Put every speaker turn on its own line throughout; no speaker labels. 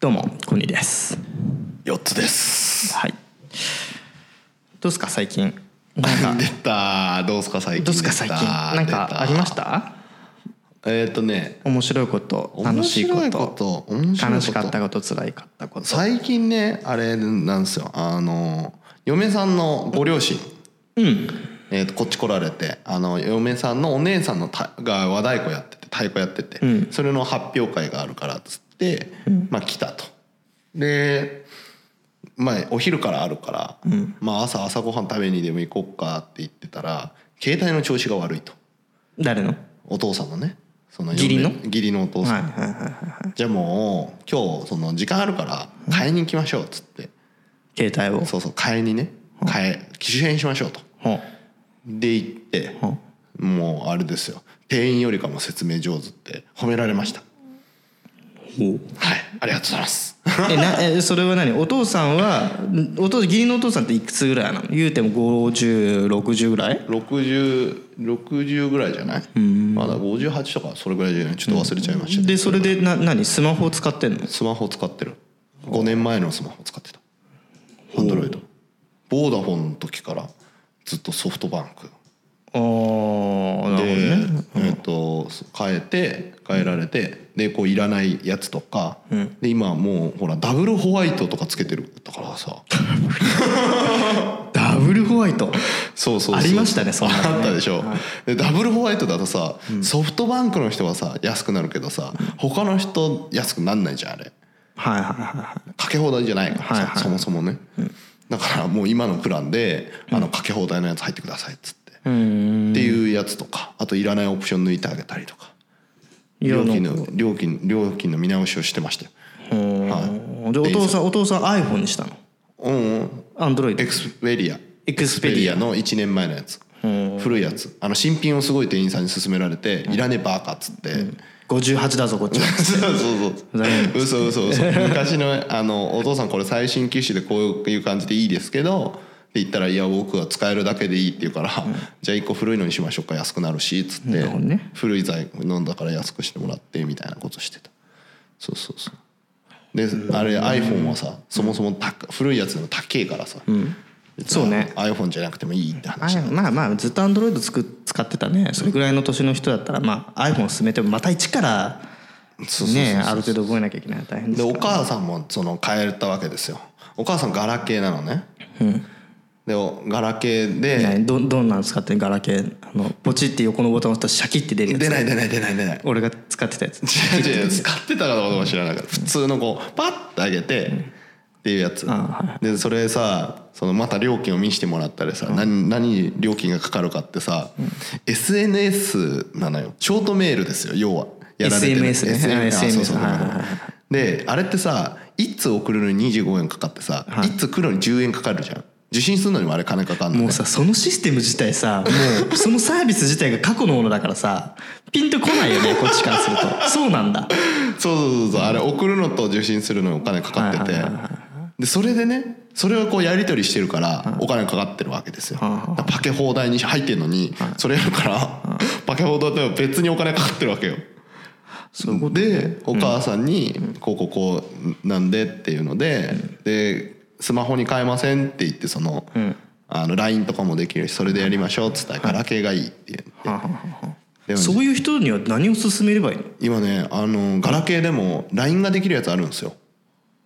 どうもコニーです
四つです。
はいどうですか最 近なんか
出たどうすか最近
どうですか最近
出た
なんかありました
出たえっ、とね
面白いこと楽しいこ
面白い
と
こと面白いこと
悲しかったこと辛いかったこと
最近ねあれなんですよあの嫁さんのご両親、えー、とこっち来られてあの嫁さんのお姉さんのたが和太鼓やってて太鼓やってて、それの発表会があるからっつって、まあ、来たと。でまあ、お昼からあるから、まあ、朝朝ごはん食べにでも行こっかって言ってたら携帯の調子が悪いと
誰の
お父さんのねその
義理の
嫁義理のお父さん
はいはいはいはい
じゃあもう今日その時間あるから買いに行きましょうっつって、
携帯を
そうそう買いにね買え機種変しましょうと
ほう
で行って
ほう
もうあれですよ店員よりかも説明上手って褒められましたはいありがとうございます
えなえそれは何お父さんはお父義理のお父さんっていくつぐらいなの言うても5060ぐらい
6060 60ぐらいじゃないまだ58とかそれぐらいじゃないちょっと忘れちゃいましたけど
でそれでな何スマホを使ってんの
スマホ使ってる5年前のスマホ使ってたアンドロイドボーダフォンの時からずっとソフトバンク
ああなるほど
で、
ね
えっと変えて変えられてでこういらないやつとか、で今もうほらダブルホワイトとかつけてるだからさ
ダブルホワイト
そうそうそう
ありましたねそんなのね
あったでしょ、でダブルホワイトだとさ、ソフトバンクの人はさ安くなるけどさ他の人安くなんないじゃんあれ
はいはいは
かけ放題じゃないからさ、
はいはい
そもそもね、だからもう今のプランであのかけ放題のやつ入ってくださいっつって、
いうん
っていうやつとかあといらないオプション抜いてあげたりとか
いや
料金
なん
の料金料金の見直しをしてましたよ
でお父さんお父さん iPhone にしたの
うんうん
アンドロイド
エクスペリア
エクスペリア
の1年前のやつ古いやつあの新品をすごい店員さんに勧められて「いらねえバーカ」っつって、
58だぞこっちは
そうそうそう嘘嘘嘘昔のあのお父さんこれ最新機種でこういう感じでいいですけどって言ったら「いや僕は使えるだけでいい」って言うから「じゃあ1個古いのにしましょうか安くなるし」っつって、
なるほどね
古い材飲んだから安くしてもらってみたいなことしてたそうそうそうであれ iPhone はさそもそも高古いやつでも高えからさ、
そうね
iPhone じゃなくてもいいっ て
あ
話
まあまあずっとアンドロイド使ってたねそれぐらいの年の人だったら、まあ、iPhone 進めてもまた一から
そうそうそう
ねある程度覚えなきゃいけないのは大変で
ですお
から
母さんもその変えたわけですよお母さんガラケーなのね、でおガラケーで、
ねどどんなん使ってんガラケーあのポチって横のボタン押したらシャキって出るやつ
出ない出ない出ない出ない
俺が使ってたや つ
違う違う使ってたかどうかも知らないから普通のこうパッと上げてっていうやつでそれさそのまた料金を見せてもらったりさ何何に料金がかかるかってさ SNS なのよショートメールですよ要はやられてる
SMS ね
SM あ
SMS
そうそう
はいはいはい
であれってさ1通送るのに25円かかってさ1通来るのに10円かかるじゃん受信するのにもあれ金かかんのね
もうさそのシステム自体さもうそのサービス自体が過去のものだからさピンとこないよねこっちからするとそうなんだ
そうそうそうそうあれ送るのと受信するのにお金かかってて
はいはいはいは
でそれでねそれをこうやり取りしてるからお金かかってるわけですよ
はいはい
だからパケ放題に入ってんのにそれやるからパケ放題とは別にお金かかってるわけよ
そういうこと
でお母さんに「こうこうこうなんで」っていうのでで「スマホに変えません」って言ってそのあの LINE とかもできるしそれでやりましょうっつったらガラケーがいいって言ってでもね
そういう人には何を勧めればいい
今ねあのガラケーでも LINE ができるやつあるんですよ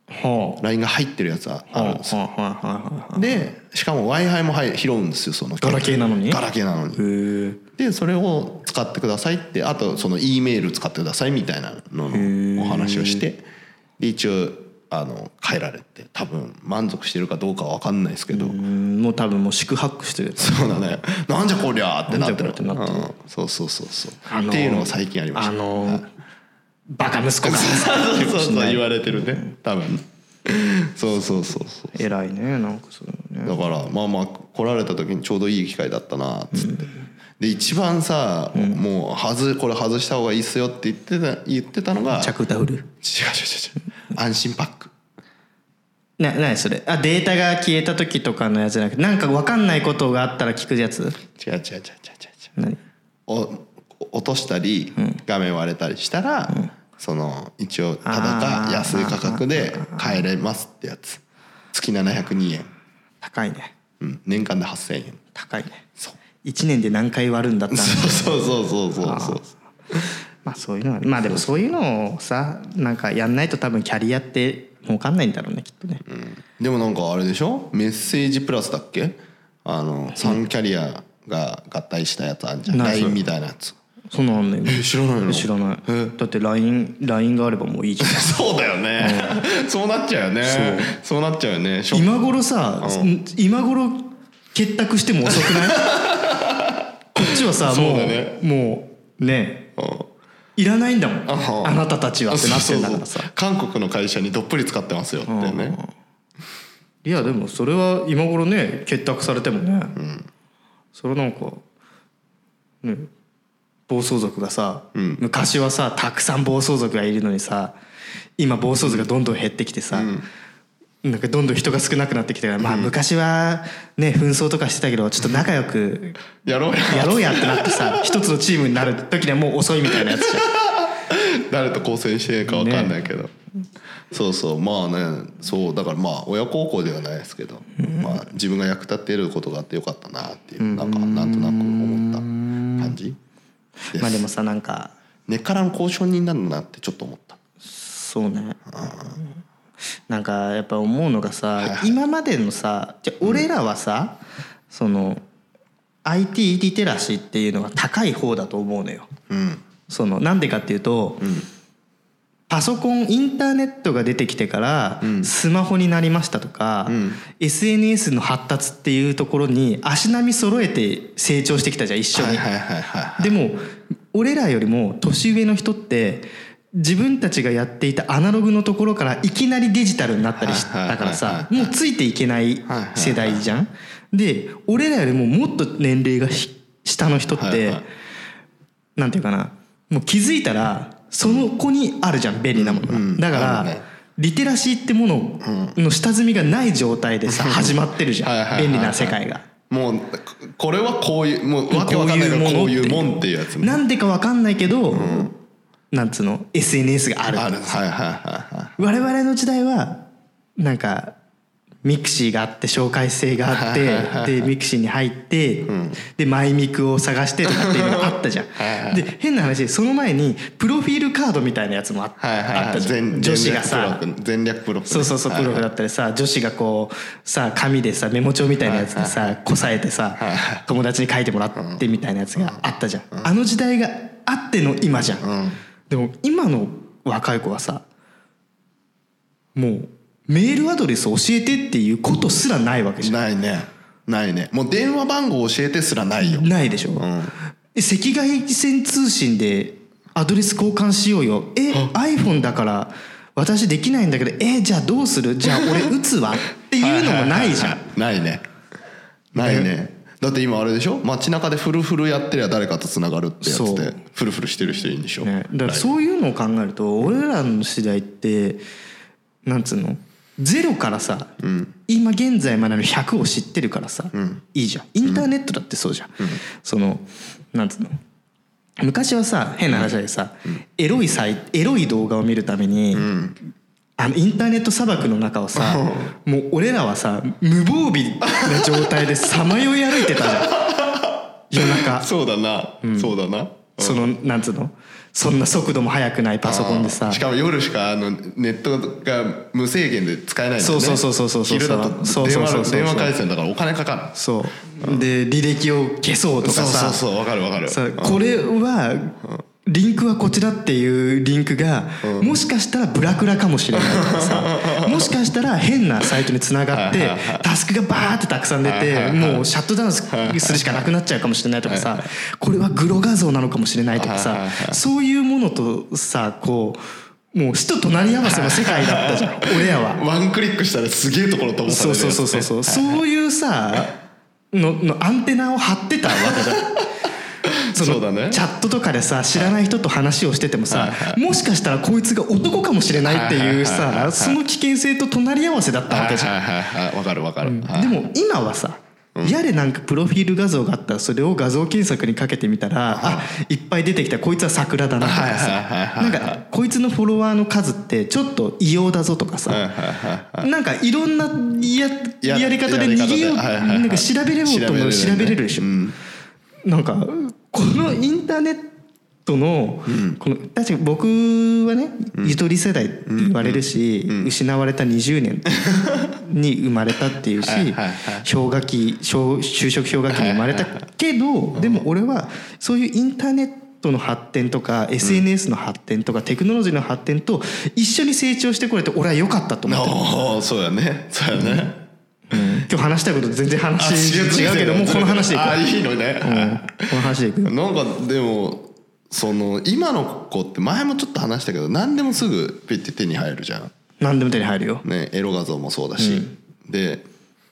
のは
LINE が入ってるやつは
あ
あるんですよ
はあはあはあ
でしかも w i f i も入拾うんですよその
ガラケーなのに
ガラケーな
へ
のに
え
でそれを使ってくださいってあとその E メール使ってくださいみたいなののお話をしてで一応あの変えられて多分満足してるかどうかは分かんないですけど
うんもう多分もう四苦八苦してる
そうだねなんじゃこりゃーってなってる
なんじゃこりゃってなっ
うんそうそうそうそう、
あのー
っていうのが最近ありまし た
あのーバカ息子が
そうそうそう言われてるね多分そうそうそうそう
偉いねなんかそういうのね
だからまあまあ来られた時にちょうどいい機会だったなっつって、で一番さ、もう外これ外した方がいいっすよって言ってた言ってたのが違う違
着歌売る
う違う違う安心パック
な何それあデータが消えた時とかのやつじゃなくてなんか分かんないことがあったら聞くやつ
違う違う違う違う違う違う
何
お落としたり画面割れたりしたら、その一応ただ
あ
か
ー
安い価格で買えれますってやつ月702円、
高いね
うん、年間で8,000円
高いね
そう
1年で何回割るんだったら
そうそうそうそうそう
まあそういうのはまあでもそういうのをさなんかやんないと多分キャリアって儲かんないんだろうねきっとね、
でもなんかあれでしょメッセージプラスだっけあの3キャリアが合体したやつあんじゃん
何それ
LINE みたいなやつ
そんなのあんねん
え知らないの
知らないだって LINE, LINE があればもういいじゃん
そうだよね、そうなっちゃうよねそうなっちゃうよねしょ
今頃さ、今頃結託しても遅く ないこっちはさ
そう
もう
だね
もうね
うん
いらないんだもん
あ
あなたたちはってなってんだから
そうそうそ
さ
う韓国の会社にどっぷり使ってますよってね
いやでもそれは今頃ね結託されてもね、それなんかね暴走族がさ、昔はさたくさん暴走族がいるのにさ今暴走族がどんどん減ってきてさ、なんかどんどん人が少なくなってきてまあ昔はね紛争とかしてたけどちょっと仲良く
やろうや
やろうやってなってさ一つのチームになる時にはもう遅い みたいなやつじゃん
誰と交戦していいかわかんないけど、そうそうまあねそうだからまあ親孝行ではないですけど、まあ、自分が役立っていることがあってよかったなっていう、なんかなんとなく思った感じです、
まあでもさなんか
根っからの交渉人なんだなってちょっと思った
そうねなんかやっぱ思うのがさ、今までのさじゃあ俺らはさ、その IT リテラシーっていうのが高い方だと思うのよ。
うん
そのなんでかっていうと、パソコンインターネットが出てきてからスマホになりましたとか、SNS の発達っていうところに足並み揃えて成長してきたじゃん一緒に。
はいはいはいはい
でも俺らよりも年上の人って自分たちがやっていたアナログのところからいきなりデジタルになったりしたから
はいはい
さ
はい
もうついていけない世代じゃん。で俺らよりももっと年齢がひ下の人っ
はい
て
はい
なんていうかなもう気づいたらその子にあるじゃん便利なもの
うんうん
が。だか
ある
ら
ね
リテラシーってものの下積みがない状態でさ始まってるじ
はいは
ゃ
いは
ん
いはい
便利な世界が。
もうこれはこういうもうわけわかんないけどこういうもんっていうやつね
なんでかわかんないけど、なんつうの SNS がある
あるはいはいはいはい
我々の時代はなんかミクシーがあって紹介制があってでミクシーに入って、でマイミクを探してとかっていうのがあったじゃんで変な話その前にプロフィールカードみたいなやつもあ,、
はいはい
あっ
は
た
い
じゃん
全
女子がさ
全略プロップね
そうそうそう
はい
プ
はい
ロフだったりさ女子がこうさ紙でさメモ帳みたいなやつでさこさえてさ友達に書いてもらってみたいなやつがあったじゃんあの時代があっての今じゃんでも今の若い子はさもうメールアドレス教えてっていうことすらないわけじゃ
ないねないねもう電話番号教えてすらないよ
んないでしょえ赤外線通信でアドレス交換しようよえ iPhone だから私できないんだけどえじゃあどうするじゃあ俺打つわっていうのもないじゃん
ないねないねだって今あれでしょ街中でフルフルやってりゃ誰かとつながるってやつ
そ
で
う
フルフルしてる人いるんでしょ、
ね、だからそういうのを考えると俺らの時代ってなんつうのゼロからさ、今現在までの100を知ってるからさ、いいじゃんインターネットだってそうじゃん、そのなんつうの昔はさ変な話だけどさ、エロいサイエロい動画を見るために、あのインターネット砂漠の中をさもう俺らはさ無防備な状態でさまよい歩いてたじゃん夜中
そうだな、そうだな
そのなんつうのそんな速度も速くないパソコンでさ
しかも夜しかあのネットが無制限で使えないんだよね
そうそうそうそうそうそう
昼だと
そう
電
そうそうそう
話電話回線だからお金かか
そうで履歴を消そう
る
と
そ
か
うそ
さ
うそうわかるわかる
さこれはリンクはこちらっていうリンクがもしかしたらブラクラかもしれないとか さもしかしたら変なサイトにつながってタスクがバーってたくさん出てもうシャットダウンするしかなくなっちゃうかもしれないとかさこれはグロ画像なのかもしれないとかさそういうものとさこうもう死と隣り合わせの世界だったじゃ ん俺らは。
ワンクリックしたらすげえところ飛ば
そ
され
う
るやつ
そう
ね
そうそうそう、そういうさののアンテナを張ってたわけ じゃんの
そうだね
チャットとかでさ知らない人と話をしててもさ、もしかしたらこいつが男かもしれないっていうさ、
はいはいはいはい
その危険性と隣り合わせだったわけじゃん、
はいはいはいはいわかるわかる、はい
でも今はさやれなんかプロフィール画像があったらそれを画像検索にかけてみたらあいっぱい出てきたこいつは桜だなとか
はいはいはい
さ
は
ないんかこいつのフォロワーの数ってちょっと異様だぞとか
はい
さ
はいは い
なんかいろんなや
や
やり方で逃げよう
やり方ではいはいはい
なんか調べれようとも
調べれるよね
調べれるでしょなんかこのインターネットのこの確かに僕はねゆとり世代って言われるし失われた20年 に生まれたっていうし
はいはいはい
氷河期小就職氷河期に生まれたけどでも俺はそういうインターネットの発展とか SNS の発展とかテクノロジーの発展と一緒に成長してこれて俺は良かったと思ってる
おーそうやねそうやね
今日話したいこと全然話違うけどもうこの話でいく
あ
よ
いいのね
この話でいくよ
なんかでもその今の子って前もちょっと話したけど何でもすぐピッて手に入るじゃん
何でも手に入るよ
ねエロ画像もそうだし、で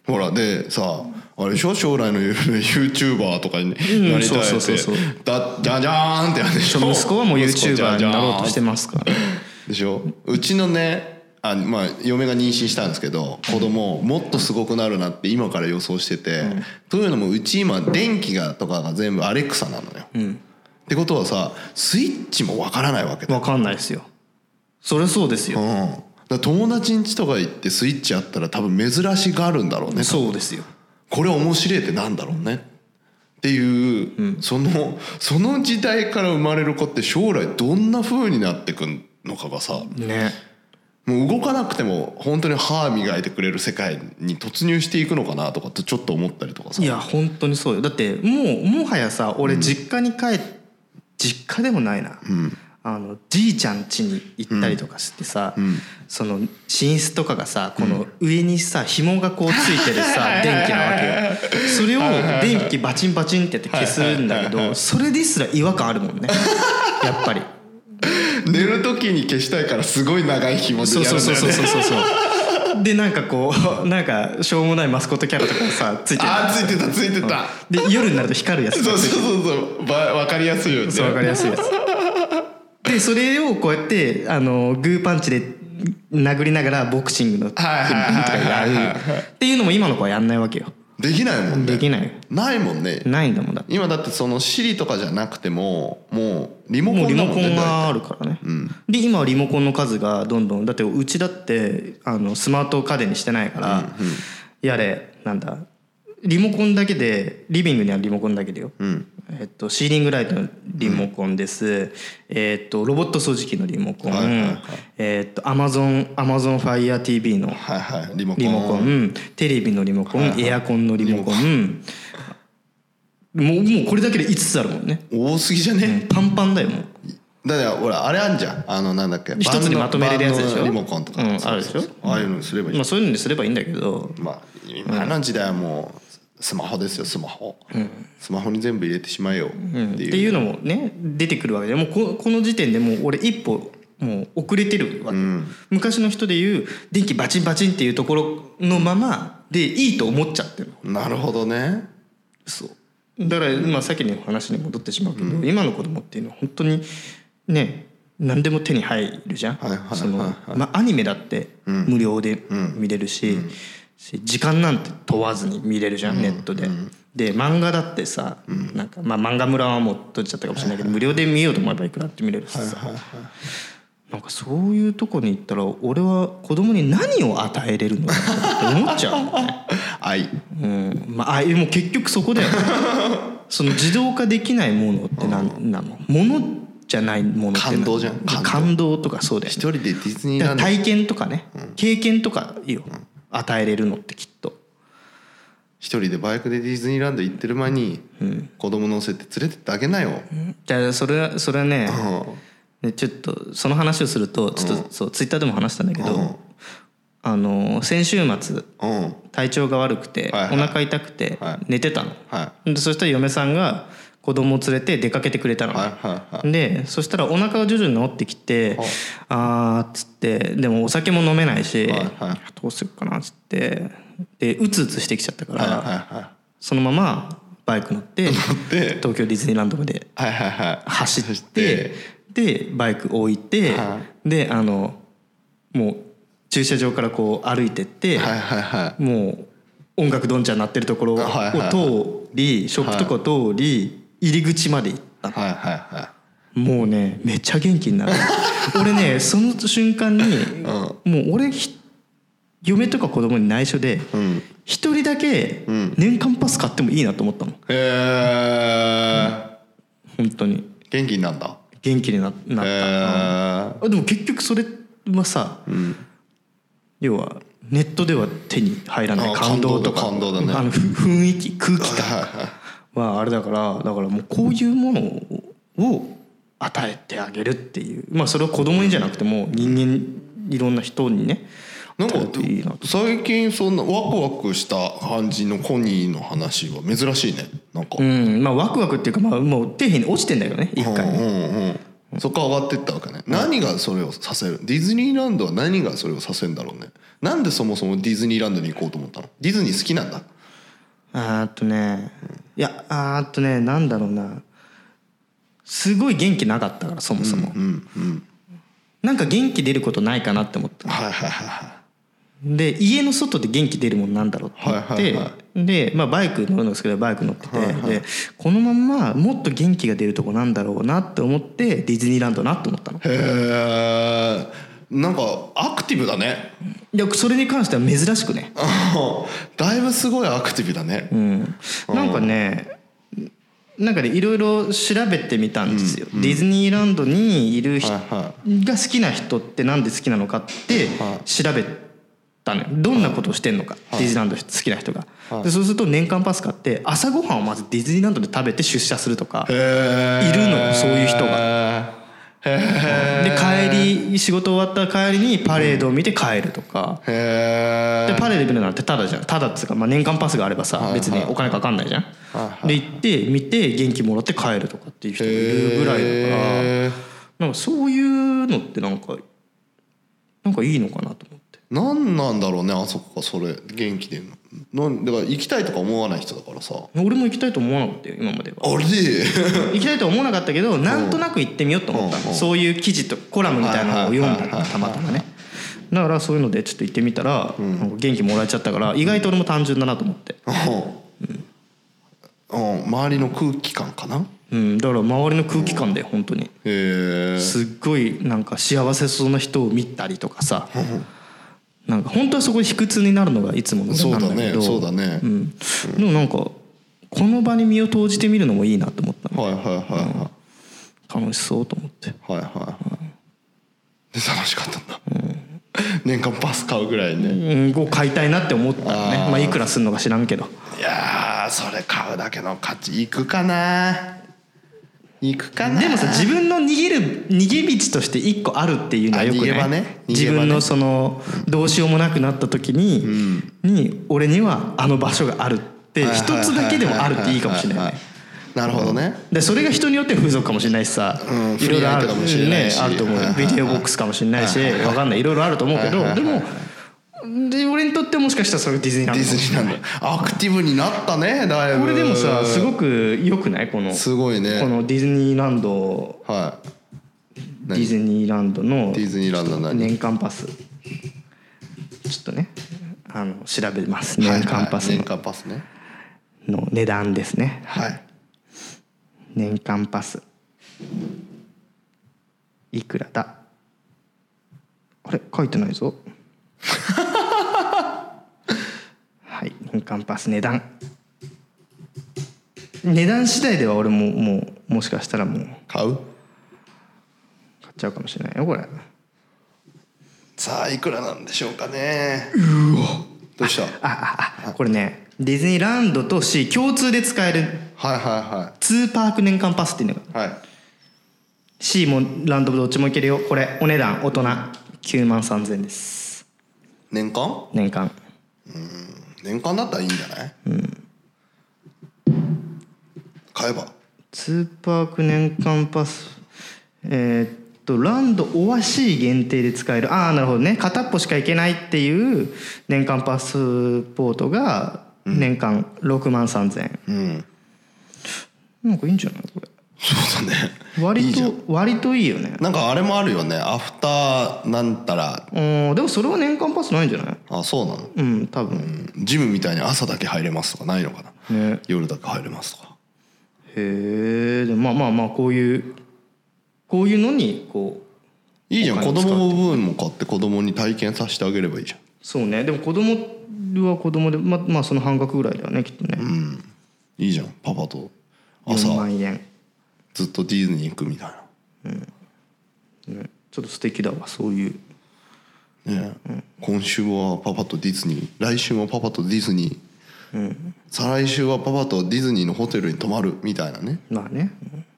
ほらでさあれでしょ将来の夢 YouTuber とかになりたいって、
そうそうそうそう
だじゃじゃーんってやるでしょ
息子はもう
息子じゃ
YouTuber
じ
に
ゃーん
なろうとしてますから
でしょうちのねあまあ嫁が妊娠したんですけど子供もっとすごくなるなって今から予想してて、というのもうち今電気がとかが全部アレクサなのよ、ってことはさスイッチもわからないわけだ,、
分かんないですよそれそうです
う
よ
ん、だから友達ん家とか行ってスイッチあったら多分珍しがるんだろうね
そうですよ
これ面白いってなんだろうねっていう、そのその時代から生まれる子って将来どんな風になってくんのかがさ
ね
もう動かなくても本当に歯磨いてくれる世界に突入していくのかなとかってちょっと思ったりとかさ
いや本当にそうよだってもうもはやさ俺実家に帰っ、実家でもないな、あのじいちゃん家に行ったりとかしてさ、その寝室とかがさこの上にさ紐がこうついてる さ電気なわけよそれを電気バチンバチンってやって消すんだけどそれですら違和感あるもん ねやっぱり。
寝る時に消したいからすごい長い紐で
そう
や
そ
る
うん
だ
そう
よ
そう
ね
そうそうそうでなんかこうなんかしょうもないマスコットキャラとかさついてる
あーついてたついてた、
で夜になると光るやつ
そうそうそうそうば分かりやすいよね
そうわかりやすいやつでそれをこうやってあのグーパンチで殴りながらボクシングのとか
はいはいはいはい
やるっていうのも今の子はやんないわけよ
できないもんね
できないよ
ないもんね
ないんだもんだって
今だってその Siri とかじゃなくてももうリモコ
もうリ
ンだ
モ
もん
コ
ね
ンがあるからね、で今はリモコンの数がどんどんだってうちだってあのスマート家電にしてないから、やれなんだリモコンだけでリビングにはリモコンだけでよ、えっと、シーリングライトのリモコンです、えっと、ロボット掃除機のリモコン、
はいはいはい
えっとアマゾンアマゾンファイア TV の
はいはいリモコン
リモコン、テレビのリモコン、エアコンのリモコンもうもうこれだけで5つあるもんね
多すぎじゃね、
パンパンだよもう。
だからほらあれあんじゃんあのなんだっけ
一つにまとめれるやつでしょ
万能リモコンとか、
うん
そうそうそ
あるで
う
し
ああいうのにすればいい
まあ、そういうのにすればいいんだけど
まあ今の時代はもうスマホですよスマホ、スマホに全部入れてしまえよって
って
いう、
いうのもね出てくるわけでもうここの時点でもう俺一歩もう遅れてるわけ、昔の人でいう電気バチンバチンっていうところのままでいいと思っちゃってるの
なるほどね
そうだからまあ先の話に戻ってしまうけど、今の子供っていうのは本当にね何でも手に入るじゃん、
はいはいはいはい
そのまあ、アニメだって無料で見れるし、し時間なんて問わずに見れるじゃん、ネットで。で漫画だってさ、なんかまあ漫画村はもう閉じちゃったかもしれないけど、無料で見ようと思えばいくらって見れるしさ、なんかそういうとこに行ったら俺は子供に何を与えれるのかなって思っちゃうのね。
愛
うんまああでも結局そこだよ ねその自動化できないものってなんなのものじゃないものってなん
感動じゃん感動
感動とかそうだよ
一
ね
人でディズニー
だか
ラ
ら
ン
体
ド
験とかね、経験とかよ、与えれるのってきっと
一人でバイクでディズニーランド行ってる間に子供乗せて連れてってあげなよ、
じゃあそれはそれはね、
うん
ねちょっとその話をするとちょっと、そうツイッターでも話したんだけど、
うん
あの先週末
うん
体調が悪くて、
はいはい
お腹痛くて、
は
寝てたの、
は
でそしたら嫁さんが子供を連れて出かけてくれたのね、
はいはいは
でそしたらお腹が徐々に治ってきて「あー」っつってでもお酒も飲めないし、
はいはい
どうするかなっつってでうつうつしてきちゃったから、
はいは
そのままバイク乗って
いで
東京ディズニーランドまで
はいはいはい
走って
て
でバイク置いて、
は
であのもう駐車場からこう歩いてって、
はいはいは
もう音楽どんちゃん鳴ってるところを
あはいはいはい
通りショップとかを通り入り口まで行ったの
はいはいは
もうねめっちゃ元気に なる俺ねその瞬間にもう俺ひ嫁とか子供に内緒で
いうん
一人だけ
うん
年間パス買ってもいいなと思ったの
へえ
本当に
元気になんだ
元気になな
へ
った
え
あでも結局それはさ
うん
要はネットでは手に入らな
あ
い感動とか
感動だ感動だね
あのふ雰囲気空気
はい
感
はい
はあれだからだからもうこういうものを与えてあげるっていうまあそれは子供にじゃなくても人間いろんな人にね
なんか
与えていいなと
最近そんなワクワクした感じのコニーの話は珍しいねなんか
うんまあワクワクっていうかまあもう底辺に落ちてんだよね一回
う
ね
んうんうん、そこは上がってったわけね、何がそれをさせるディズニーランドは何がそれをさせるんだろうねなんでそもそもディズニーランドに行こうと思ったのディズニー好きなんだ
あーっとねいやあーっとねなんだろうなすごい元気なかったからそもそも、
うんうん
なんか元気出ることないかなって思った
はいはいは
で家の外で元気出るもんなんだろうって思って、
はいはいは
で、まあ、バイク乗るんですけどバイク乗ってて、でこのまんまもっと元気が出るとこなんだろうなって思ってディズニーランドなって思ったの
いへえんかアクティブだね
いやそれに関しては珍しくね、
だいぶすごいアクティブだね、
うん、なんかねなんかねいろいろ調べてみたんですよ、ディズニーランドにいる人
はいは
が好きな人ってなんで好きなのかって調べたのよどんなことをしてんのか、ディズニーランド好きな人が、でそうすると年間パス買って朝ごはんをまずディズニーランドで食べて出社するとかで
へえ
いるのそういう人
がへ
帰り仕事終わった帰りにパレードを見て帰るとか、
えへ
で
え
パレード見るなんてタダじゃんタダっつうか、まあ、年間パスがあればさ別にお金かかんないじゃん、で行って見て元気もらって帰るとかっていう人がいるぐらいだから、なんかそういうのってなんかなんかいいのかなと思って
なんなんだろうねあそこがそれ元気でなんだから行きたいとか思わない人だからさ
俺も行きたいと思わなかったよ今までは
あれ
行きたいとは思わなかったけどなんとなく行ってみようと思った
うんう
の
ん
そういう記事とコラムみたいなのを読んだの
はいはいはいはい
たまたまねだからそういうのでちょっと行ってみたらなんか元気もらえちゃったから意外と俺も単純だなと思って
うん、うん、周りの空気感かな
うんだから周りの空気感で本当に
へえ
すっごいなんか幸せそうな人を見たりとかさなんか本当はそこで卑屈になるのがいつもの
そう
俺な
だ
んだけ
ね
ど
そうだね、
うんでもなんかこの場に身を投じてみるのもいいなと思ったの
はいはいはいは
楽しそうと思って
いはいはいはいで楽しかったんだ、年間パス買うぐらいね
うんを買いたいなって思ったのね
あー
まあいくらすんのか知らんけど
いやーそれ買うだけの価値いくかな行くかな
でもさ自分の逃げる逃げ道として一個あるっていうのはよく
あ逃げ
な
場
い、
ね逃げ
自
場ね
分のそのどうしようもなくなった時に、に俺にはあの場所があるって一つだけでもあるっていいかもしれないね
なるほどね、
でそれが人によって風俗かもしれないしさ、
うん
いろいろある
フリーライトかもしれないし
ね、あると思う
はいはいはい
ビデオボックスかもしれないし、わかんないいろいろあると思うけど、でもで俺にとってもしかしたらそれがディズニーラン
デ
ド
ィ
か
ズ
も
ニ
し
ー
れ
ラ
ない
ンドアクティブになったねだいぶ
これでもさす
い
ごく良くないこの
すごいね
このディズニーランド
はい
ディズニーランドの
ディズニーランド何
年間パスちょっとねあの調べます
はい
年間パス
はい
の
年間パスね
の値段ですね
はい
年間パスいくらだあれ書いてない ぞはい年間パス値段値段次第では俺ももうもしかしたらもう
買
買
う
っちゃうかもしれないよこれ
さあいくらなんでしょうかねどうしたはい
あああこれねディズニーランドと C 共通で使える
は
2パーク年間パスっていうのが
いはいはい
C もランドもどっちもいけるよこれお値段大人9万3000です
年間
年間
年間だったらいいんじゃない、買えば
スーパーク年間パスえーっとランドオアシー限定で使えるああなるほどね片っぽしか行けないっていう年間パスポートが年間6万3000円、
うん
なんかいいんじゃないこれ
そうだねい
割
いじゃん
と割といいよね
なんかあれもあるよねアフターなんたら
うんでもそれは年間パスないんじゃない
あそうなの、
うん多分、
うんジムみたいに朝だけ入れますとかないのかな、
ね
夜だけ入れますとか
へえでもまあまあまあこういうこういうのにこう
いいじゃん
お
子
金使って
供の部分も買って子供に体験させてあげればいいじゃん
そうねでも子供は子供でままあその半額ぐらいだよねきっとね、
いいじゃんパパと
4
朝
万円
ずっとディズニー行くみたいな
ちょっと素敵だわそういう
ね、今週はパパとディズニー来週はパパとディズニー、再来週はパパとディズニーのホテルに泊まるみたいなね、
まあね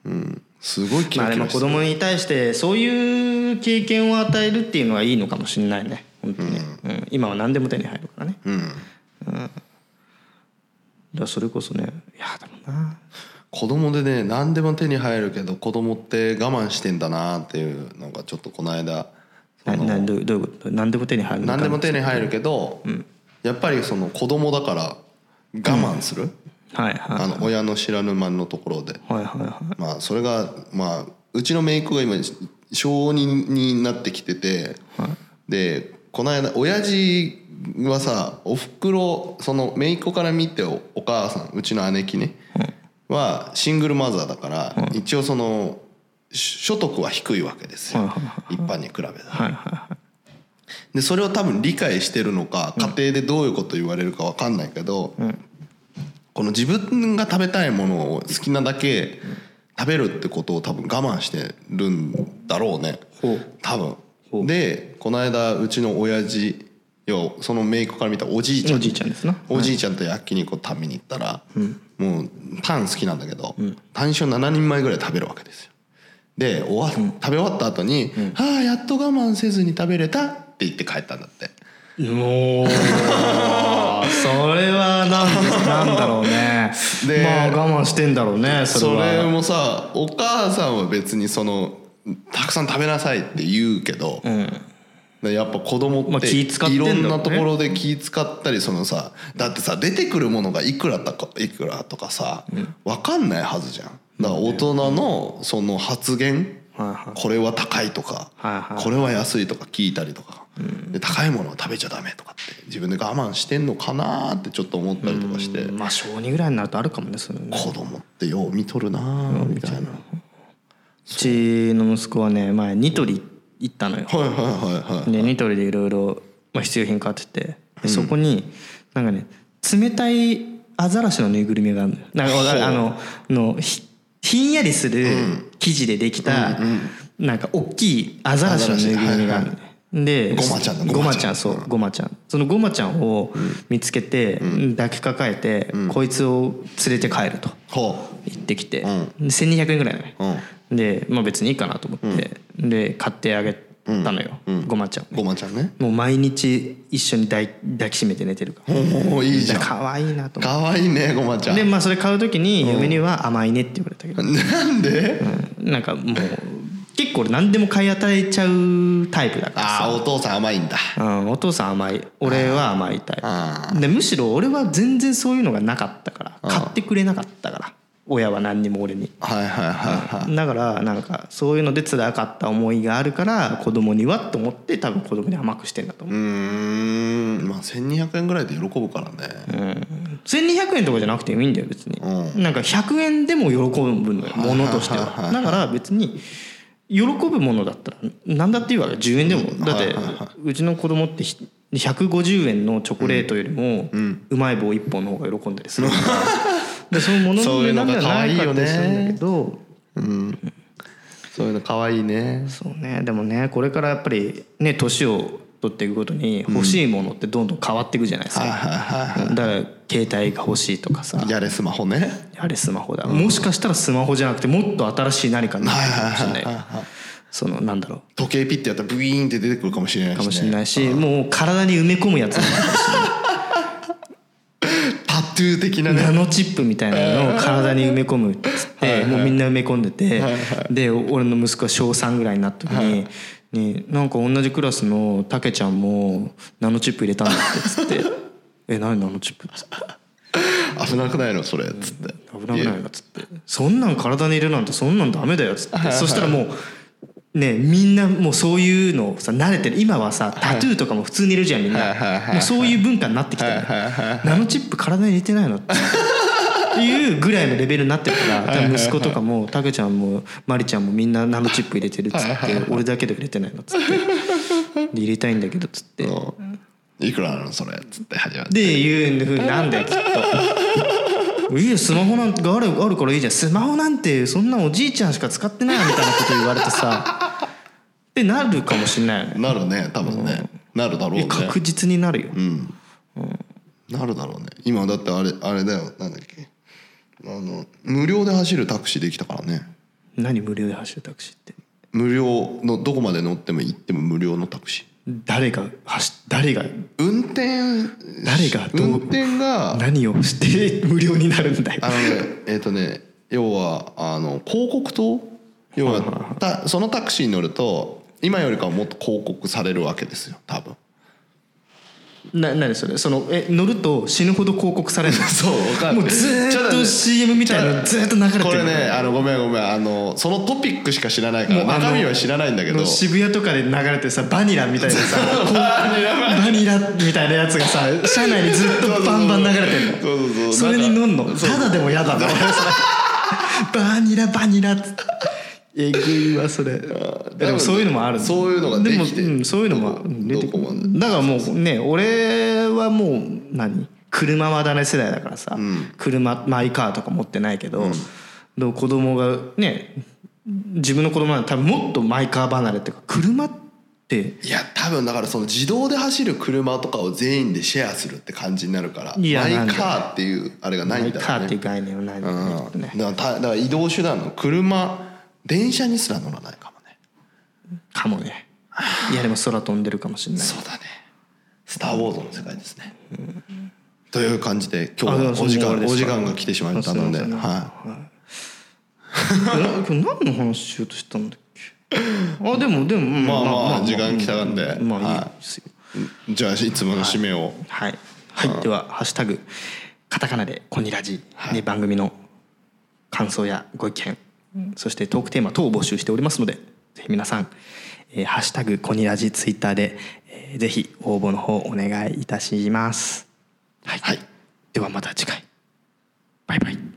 うん、すごいキ
ま
ラ
あで
キ
も
ラして
子
る、
供に対してそういう経験を与えるっていうのはいいのかもしれないね本当にね、うん今は何でも手に入るからね、
うん、
だからそれこそねいやでもな
子供でね何でも手に入るけど子供って我慢してんだなっていうのがちょっとこの間そ
な
の
などうどういうこと何でも手に入るのか
何でも手に入るけど、やっぱりその子供だから我慢する、
はいはい
あの親の知らぬ間のところで
はいはいは
まあそれがまあうちの姪っ子が今小人になってきてて、でこの間親父はさおふくろその姪っ子から見ておお母さんうちの姉貴ね、はシングルマザーだから、一応その所得は低いわけですよ、
はいはい
一般に比べたら。
いはいは
でそれを多分理解してるのか家庭でどういうこと言われるか分かんないけど、この自分が食べたいものを好きなだけ食べるってことを多分我慢してるんだろうね
ほう
多
ほ
分。
う
でこの間うちの親父要はその姪っ子から見たおじいち
い
ゃ
お
ん
じいちゃんですな
おじいちゃんと焼肉を食べに行ったら、もうパン好きなんだけど、単種を7人前ぐらい食べるわけですよで終わ、食べ終わった後に「ああやっと我慢せずに食べれた」って言って帰ったんだって
おーそれはなんですなんだろうね
で
まあ我慢してんだろうねそ
そ
れは
れもさお母さんは別にそのたくさん食べなさいって言うけど、でやっぱ子供
ま
っ
あ
て
気使って
い
んだ
ろ
ろうね
んなところで気使ったりそのさだってさ出てくるものがいくらとかいくらとかさ分かんないはずじゃん。だから大人のその発言
はいは
これは高いとか
はいはい
これは安いとか聞いたりとかで高いものは食べちゃダメとかって自分で我慢してんのかなーってちょっと思ったりとかして
まあ小児ぐらいになるとあるかもねそういうのね
子供ってよう見とるなーみたいな。
うちの息子はね前ニトリ行ったのよ
はいはいはいはい。
でニトリでいろいろまあ必需品買っててでそこになんかね冷たいアザラシのぬいぐるみがあるのよなんかわかる
ほう
あののひひんやりする生地でできたなんか大きいアザラシのぬいぐるみがあるのねで
ゴマちゃんだ
ゴ
ゴマ
マ
ち
ち
ゃん
ゃんそうゴマちゃんそのゴマちゃんを見つけて抱きかかえてこいつを連れて帰ると
ほ
行ってきて
ん
1200円ぐらいだね
う。うん。
でまあ別にいいかなと思って、で買ってあげたのよ、ごまちゃん
ごまちゃんね。
もう毎日一緒に抱い抱きしめて寝てるから
おおいいじゃん。か
可愛いなと思っ
わいいねごまちゃ
てで
ん。
まあそれ買う時に嫁には「甘いね」って言われたけど、
なんで？
なんかもう結構俺何でも買い与えちゃうタイプだから
ああお父さん甘いんだ。
うん、お父さん甘い俺は甘いタ
あ
イプでむしろ俺は全然そういうのがなかったから買ってくれなかったから親は何にも俺に
はいはいはいはい。
だからなんかそういうので辛かった思いがあるから子供にはと思って多分子供に甘くしてんだと思
う
う、
ーん。まあ千二百円ぐらいで喜ぶからね。
1200円とかじゃなくてもいいんだよ別に、
う
なんか100円でも喜ぶのよものとして
はいはいはいは
はいだから別に喜ぶものだったら何だっていいわけ10円でもだってうちの子供ってひ150円のチョコレートよりもうまい棒1本の方が喜んだり するからでそういうもの
そ
の
うい
値
うの
段
が
では
可
な
愛い
いか
よ
った
ね
りするんだけど
そういうの可愛いね。
そうねでもねこれからやっぱりね年を取っていくごとに欲しいものってどんどん変わっていくじゃないです
はい
か、
はい
だ
は
から携帯が欲しいとかさ
い。やれスマホね。
あれスマホだ、もしかしたらスマホじゃなくてもっと新しい何かになってるかもしれないそのなんだろ
時計ピッてやったらブイーンって出てくるかもしれないう
かもし
し
れ
ね。
ないし、もう体に埋め込むやつ
タトゥー的なね。
ナノチップみたいなのを体に埋め込むっつってもうみんな埋め込んでてで俺の息子は小3ぐらいになった時に「になんか同じクラスのたけち ゃんもナノチップ入れたんだって」っつって「え何ナノチップ?」っつって
危なくないのそれ」っつって
危なくないなっつってそんなん体に入れるなんてそんなんダメだよっつってそしたらもうねみんなもうそういうのさ慣れてる今はさタトゥーとかも普通に入れるじゃんみん
はいはいはい
な
はい
もうそういう文化になってきてるナノチップ体に入れてないのっていうぐらいのレベルになってるから多分息子とかもタケちゃんもマリちゃんもみんなナノチップ入れてるっつって俺だけで入れてないのっつってで入れたいんだけどっつって
うんいくらなのそれ」っつって始まって
でいうふうになんだよきっと。 いいよスマホなんてあるあるからいいじゃんスマホなんてそんなおじいちゃんしか使ってないみたいなこと言われてさ ってなるかもしれないよね
なるね多分ねなるだろう
い
ね
や確実になるよ、
なるだろうね今だってあれあれだよなんだっけあの無料で走るタクシーできたからね
何無料で走るタクシーって
無料のどこまで乗っても行っても無料のタクシー
誰が走誰が
運転
誰がどう
運転が
何をして無料になるんだよ
あのね えっ、とね要はあの広告塔要はたそのタクシーに乗ると今よりかはもっと広告されるわけですよ多分
な何それそのえ乗ると死ぬほど広告されるの
そうわかんない
もうず
ちょ
ーっ
と
と CM みたいなのずーっと流れてる
これねあのごめんごめんあのそのトピックしか知らないから
もうあの
中身は知らないんだけど
渋谷とかで流れてるさバニラみたいなさこう バニラみたいなやつがさ車内にずっとバンバン流れてるの
そうそうそう
それに飲んのただでも嫌だ なバニラバニラっつってえぐいわそれでもそういうのもあるの
そういうのができて
も、うん、そういうのも
どこ
出てく
どこま
るだからもうね俺はもう何車はだね世代だからさ、車マイカーとか持ってないけど、でも子供がね自分の子供なんて多分もっとマイカー離れっていうか車って
いや多分だからその自動で走る車とかを全員でシェアするって感じになるから
いや
マイ
なん
カ
だ
ーっていうあれがな
マ
いん
イ
だ
カ
ろう
ーってい
ね
う概念はないんだよねきっと
うんだ
ね
からただから移動手段の車電車にすら乗らないかもね
かもねいやでも空飛んでるかもしれない
そうだね「スター・ウォーズ」の世界ですね、という感じで今
あ
日
でももうあ
はお時
れ
間
です
お
か
時間が来てしまったので
あすいません
は
えこれ何の話しようとしたんだっけあでもでもうん
まあまあ時間来たんで
まあいい
は
ですよ
いじゃあいつもの締めを、
はい、はい、では「ハッシュタグカタカナでコニラジ」で番組の感想やご意見、そしてトークテーマ等を募集しておりますのでぜひ皆さん「えーハッシュタグコニラジ」ツイッターで、えーぜひ応募の方お願いいたします。はい、
はい
ではまた次回バイバイ